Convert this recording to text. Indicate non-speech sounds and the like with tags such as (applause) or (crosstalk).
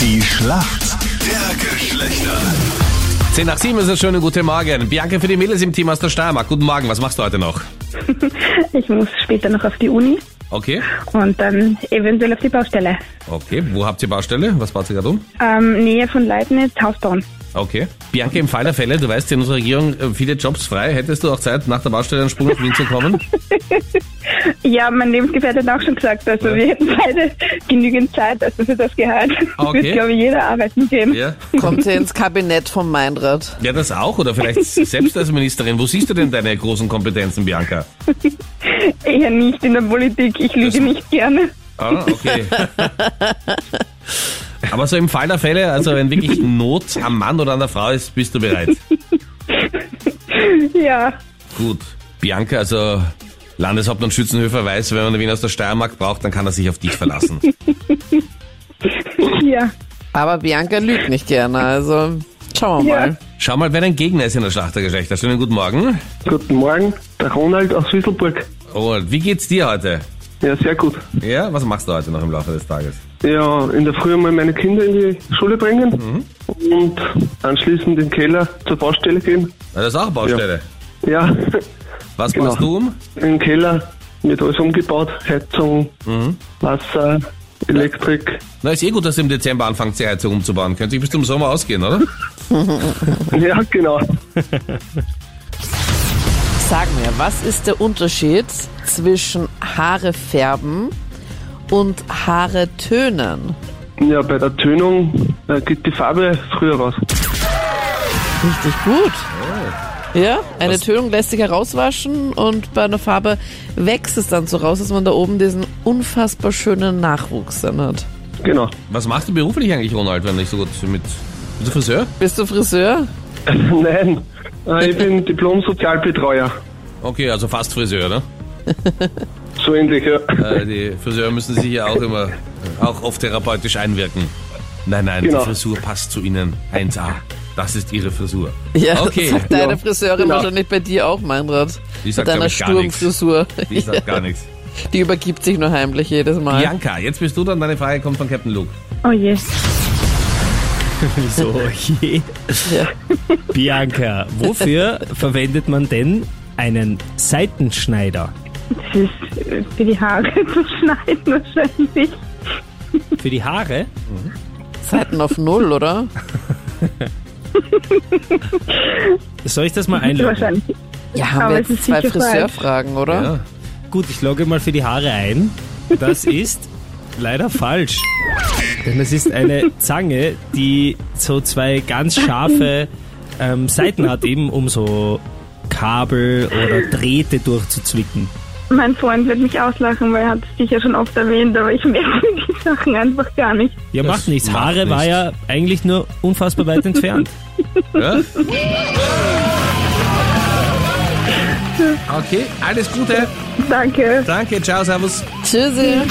Die Schlacht der Geschlechter. 10 nach 7 ist es schöne guten Morgen. Bianca für die Mädels im Team aus der Steiermark. Guten Morgen, was machst du heute noch? Ich muss später noch auf die Uni Okay, und dann eventuell auf die Baustelle. okay. Wo habt ihr Baustelle? Was baut ihr gerade um? Ähm, Nähe von Leibniz, Hausbauen. Okay. Bianca, im Fall der Fälle, du weißt, in unserer Regierung äh, viele Jobs frei. Hättest du auch Zeit, nach der Baustelle einen Sprung nach Wien zu kommen? Ja, mein Lebensgefährte hat auch schon gesagt, also Ja. wir hätten beide genügend Zeit, also für das Gehalt Ah, Okay. wird, glaube ich, jeder arbeiten gehen. Ja. Kommt sie ins Kabinett vom Meinrad. Ja, das auch. Oder vielleicht selbst als Ministerin. Wo siehst du denn deine großen Kompetenzen, Bianca? Eher nicht in der Politik, ich lüge nicht gerne. Ah, okay. Aber so im Fall der Fälle, also wenn wirklich Not am Mann oder an der Frau ist, bist du bereit. Ja, Gut. Bianca, also Landeshauptmann Schützenhöfer weiß, wenn man wen aus der Steiermark braucht, dann kann er sich auf dich (laughs) verlassen. ja, Aber Bianca lügt nicht gerne, also schauen wir Ja. mal. Schau mal, wer dein Gegner ist in der Schlachtergeschlechter. Schönen guten Morgen. Guten Morgen, der Ronald aus Wieselburg. Und wie geht's dir heute? Ja, sehr gut. Ja, was machst du heute noch im Laufe des Tages? Ja, in der Früh mal meine Kinder in die Schule bringen und anschließend in den Keller zur Baustelle gehen. Na, das ist auch Baustelle. Ja, (laughs) Was Genau. machst du um? im Keller wird alles umgebaut, Heizung, Wasser, Elektrik. Na, ist eh gut, dass du im Dezember anfängst, die Heizung umzubauen. Könnte sich bis zum Sommer ausgehen, (laughs) oder? Ja, genau. Sag mir, was ist der Unterschied zwischen Haare färben und Haare tönen? Ja, bei der Tönung äh, geht die Farbe früher raus. Richtig gut. Ja, eine Oh. Was- Tönung lässt sich herauswaschen und bei einer Farbe wächst es dann so raus, dass man da oben diesen unfassbar schönen Nachwuchs dann hat. Genau. (laughs) Was machst du beruflich eigentlich, Ronald, wenn du nicht so gut mit... Bist du Friseur? Bist du Friseur? Nein, äh, ich bin Diplom-Sozialbetreuer. Okay, also fast Friseur, ne? So ähnlich, ja. Äh, die Friseure müssen sich ja auch immer, auch oft therapeutisch einwirken. Nein, nein, Genau. die Frisur passt zu ihnen. 1A. Das ist ihre Frisur. Ja, Okay. das sagt deine Ja. Friseurin Genau. wahrscheinlich bei dir auch, Meinrad. Die sagt, Mit deiner glaub ich, gar nichts. Sturmfrisur. Die sagt gar nichts. Die übergibt sich nur heimlich jedes Mal. Bianca, jetzt bist du dann. Deine Frage kommt von Captain Luke. oh je. Wieso? Je. Bianca, wofür verwendet man denn einen Seitenschneider? Das ist äh, für die Haare (laughs) zu schneiden wahrscheinlich. Für die Haare? Zeiten auf Null, oder? Soll ich das mal einloggen? Wahrscheinlich. Ja, haben Aber wir es jetzt ist zwei sicher falsch. Friseurfragen, oder? Ja. Gut, ich logge mal für die Haare ein. Das ist leider falsch. Denn es ist eine Zange, die so zwei ganz scharfe ähm, Seiten hat, eben um so Kabel oder Drähte durchzuzwicken. Mein Freund wird mich auslachen, weil er hat es sicher schon oft erwähnt, aber ich merke (laughs) die Sachen einfach gar nicht. Ja, Das macht nichts. macht Haare war nichts. ja eigentlich nur unfassbar weit entfernt. Ja? Okay, alles Gute. Danke. Danke, ciao, servus. Tschüssi.